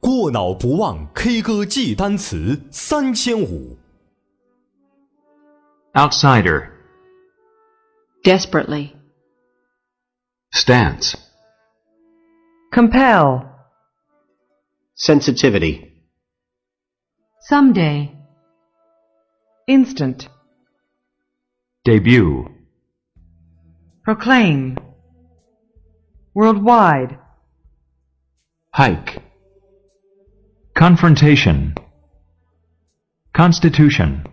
过脑不忘 K 歌记单词三千五。 outsider, desperately, stance, compel, sensitivity, someday, instant, debut, proclaim, worldwide, hike, confrontation, constitution,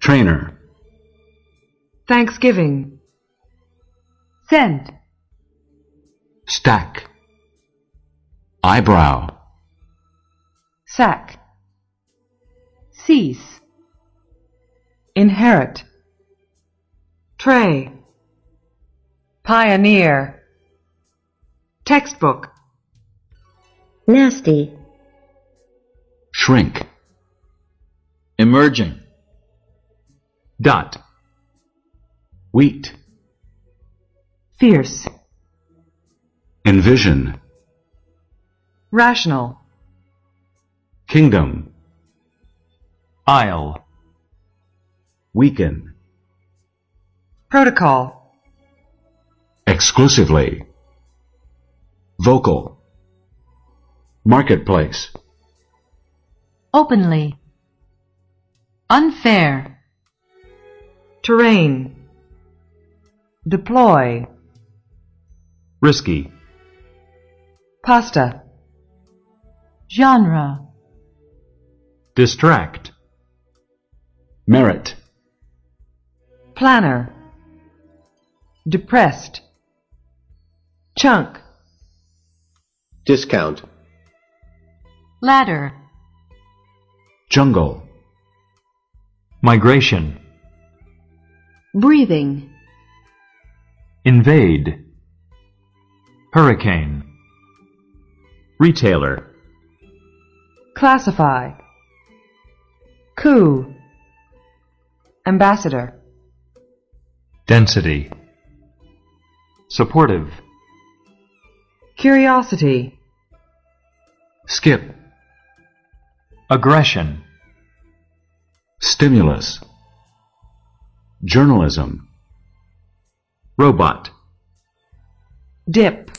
trainer, thanksgiving, send, stack, eyebrow, sack, cease, inherit, tray, pioneer, textbook, nasty, shrink, emerging, dot, wheat, fierce, envision, rational, kingdom, isle, weaken, protocol, exclusively, vocal, marketplace, openly, unfair, terrain, deploy, risky, pasta, genre, distract, merit, planner, depressed, chunk, discount, ladder, jungle, migration, breathing, invade, hurricane, retailer, classify, coup, ambassador, density, supportive, curiosity, skip, aggression, stimulus, journalism, robot, dip,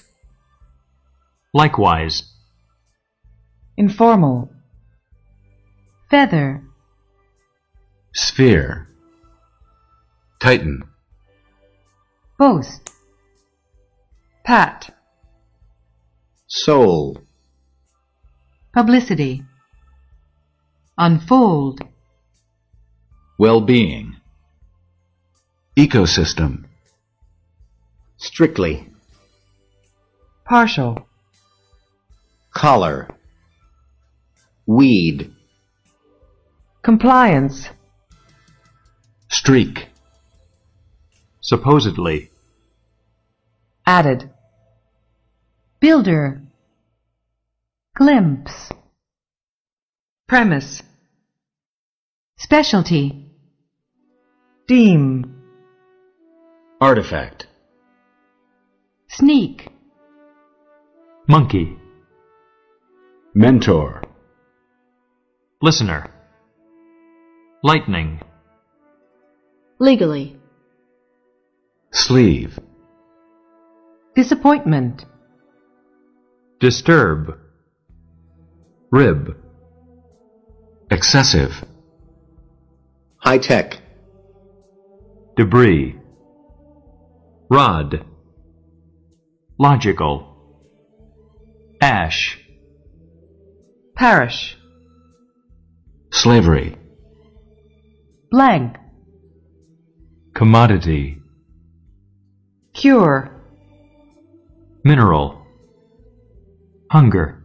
likewise, informal, feather, sphere, titan, boast, pat, soul, publicity, unfold, well-being, ecosystem, strictly, partial, collar, weed, compliance, streak, supposedly, added, builder, glimpse, premise, specialty, deem, artifact, sneak, monkey, mentor, listener, lightning, legally, sleeve, disappointment, disturb, rib, excessive, high tech, debris, rod, logical, ash, parish, slavery, blank, commodity, cure, mineral, hunger,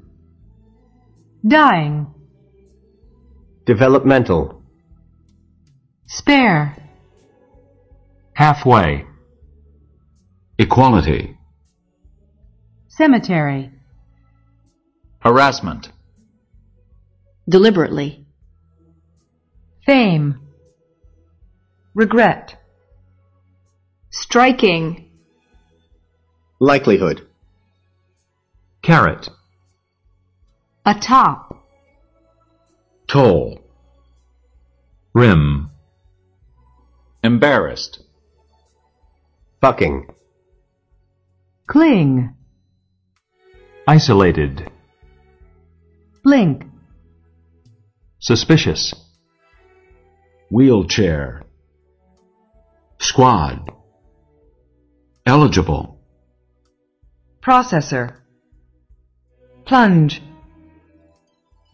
dying, developmental, spare, halfway, equality, cemetery, harassment, deliberately, fame, regret, striking, likelihood, carrot, atop, toll, rim, embarrassed, bucking, cling, isolated, blink, suspicious, wheelchair, squad, eligible, Processor. Plunge.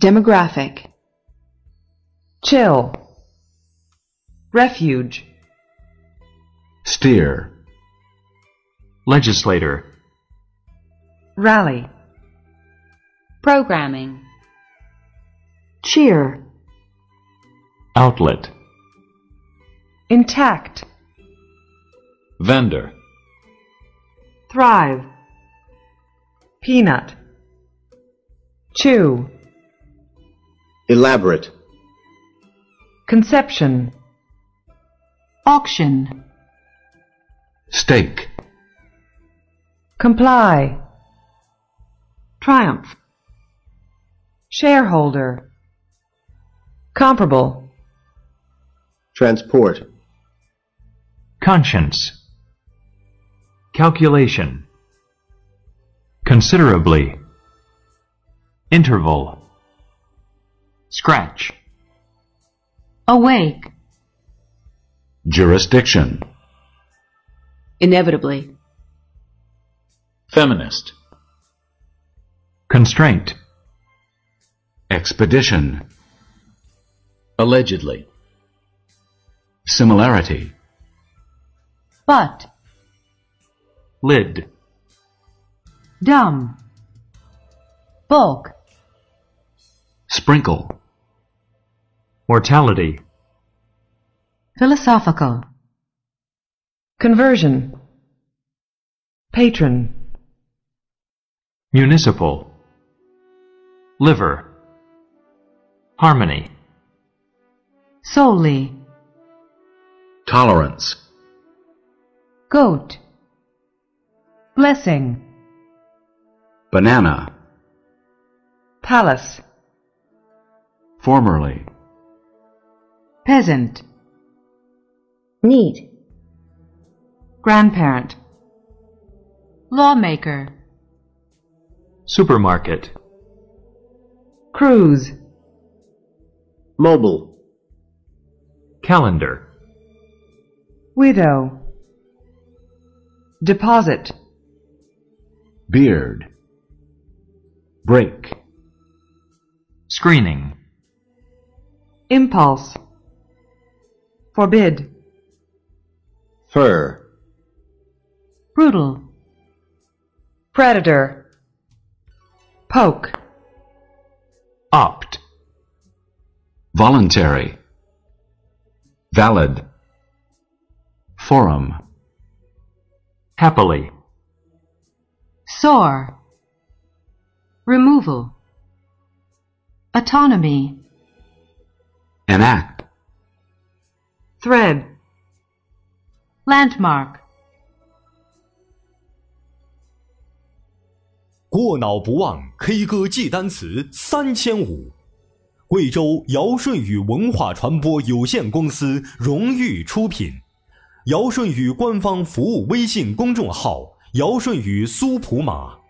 demographic, Chill. Refuge. steer, legislator, Rally. programming, cheer, outlet, Intact. vendor, Thrive. Peanut. Chew. elaborate, Conception. auction, stake, Comply. Triumph. Shareholder. Comparable. transport, conscience, calculation, considerably, interval, scratch, awake, jurisdiction, inevitably, feminist, constraint, expedition, allegedly, similarity, but, lid, dumb, bulk, sprinkle, mortality, philosophical, Conversion. Patron. municipal, liver, harmony, solely, tolerance, goat, blessing, banana, Palace. formerly, peasant, need, Grandparent. lawmaker, supermarket, Cruise. mobile, calendar, Widow. Deposit. beard, break, screening, Impulse. Forbid. fur, brutal, Predator. Poke. opt, voluntary, valid, forum, happily, sore, removal, autonomy, enact, Thread. landmark, 过脑不忘 K 歌记单词三千五，贵州尧舜禹文化传播有限公司荣誉出品，尧舜禹官方服务微信公众号：尧舜禹苏普码。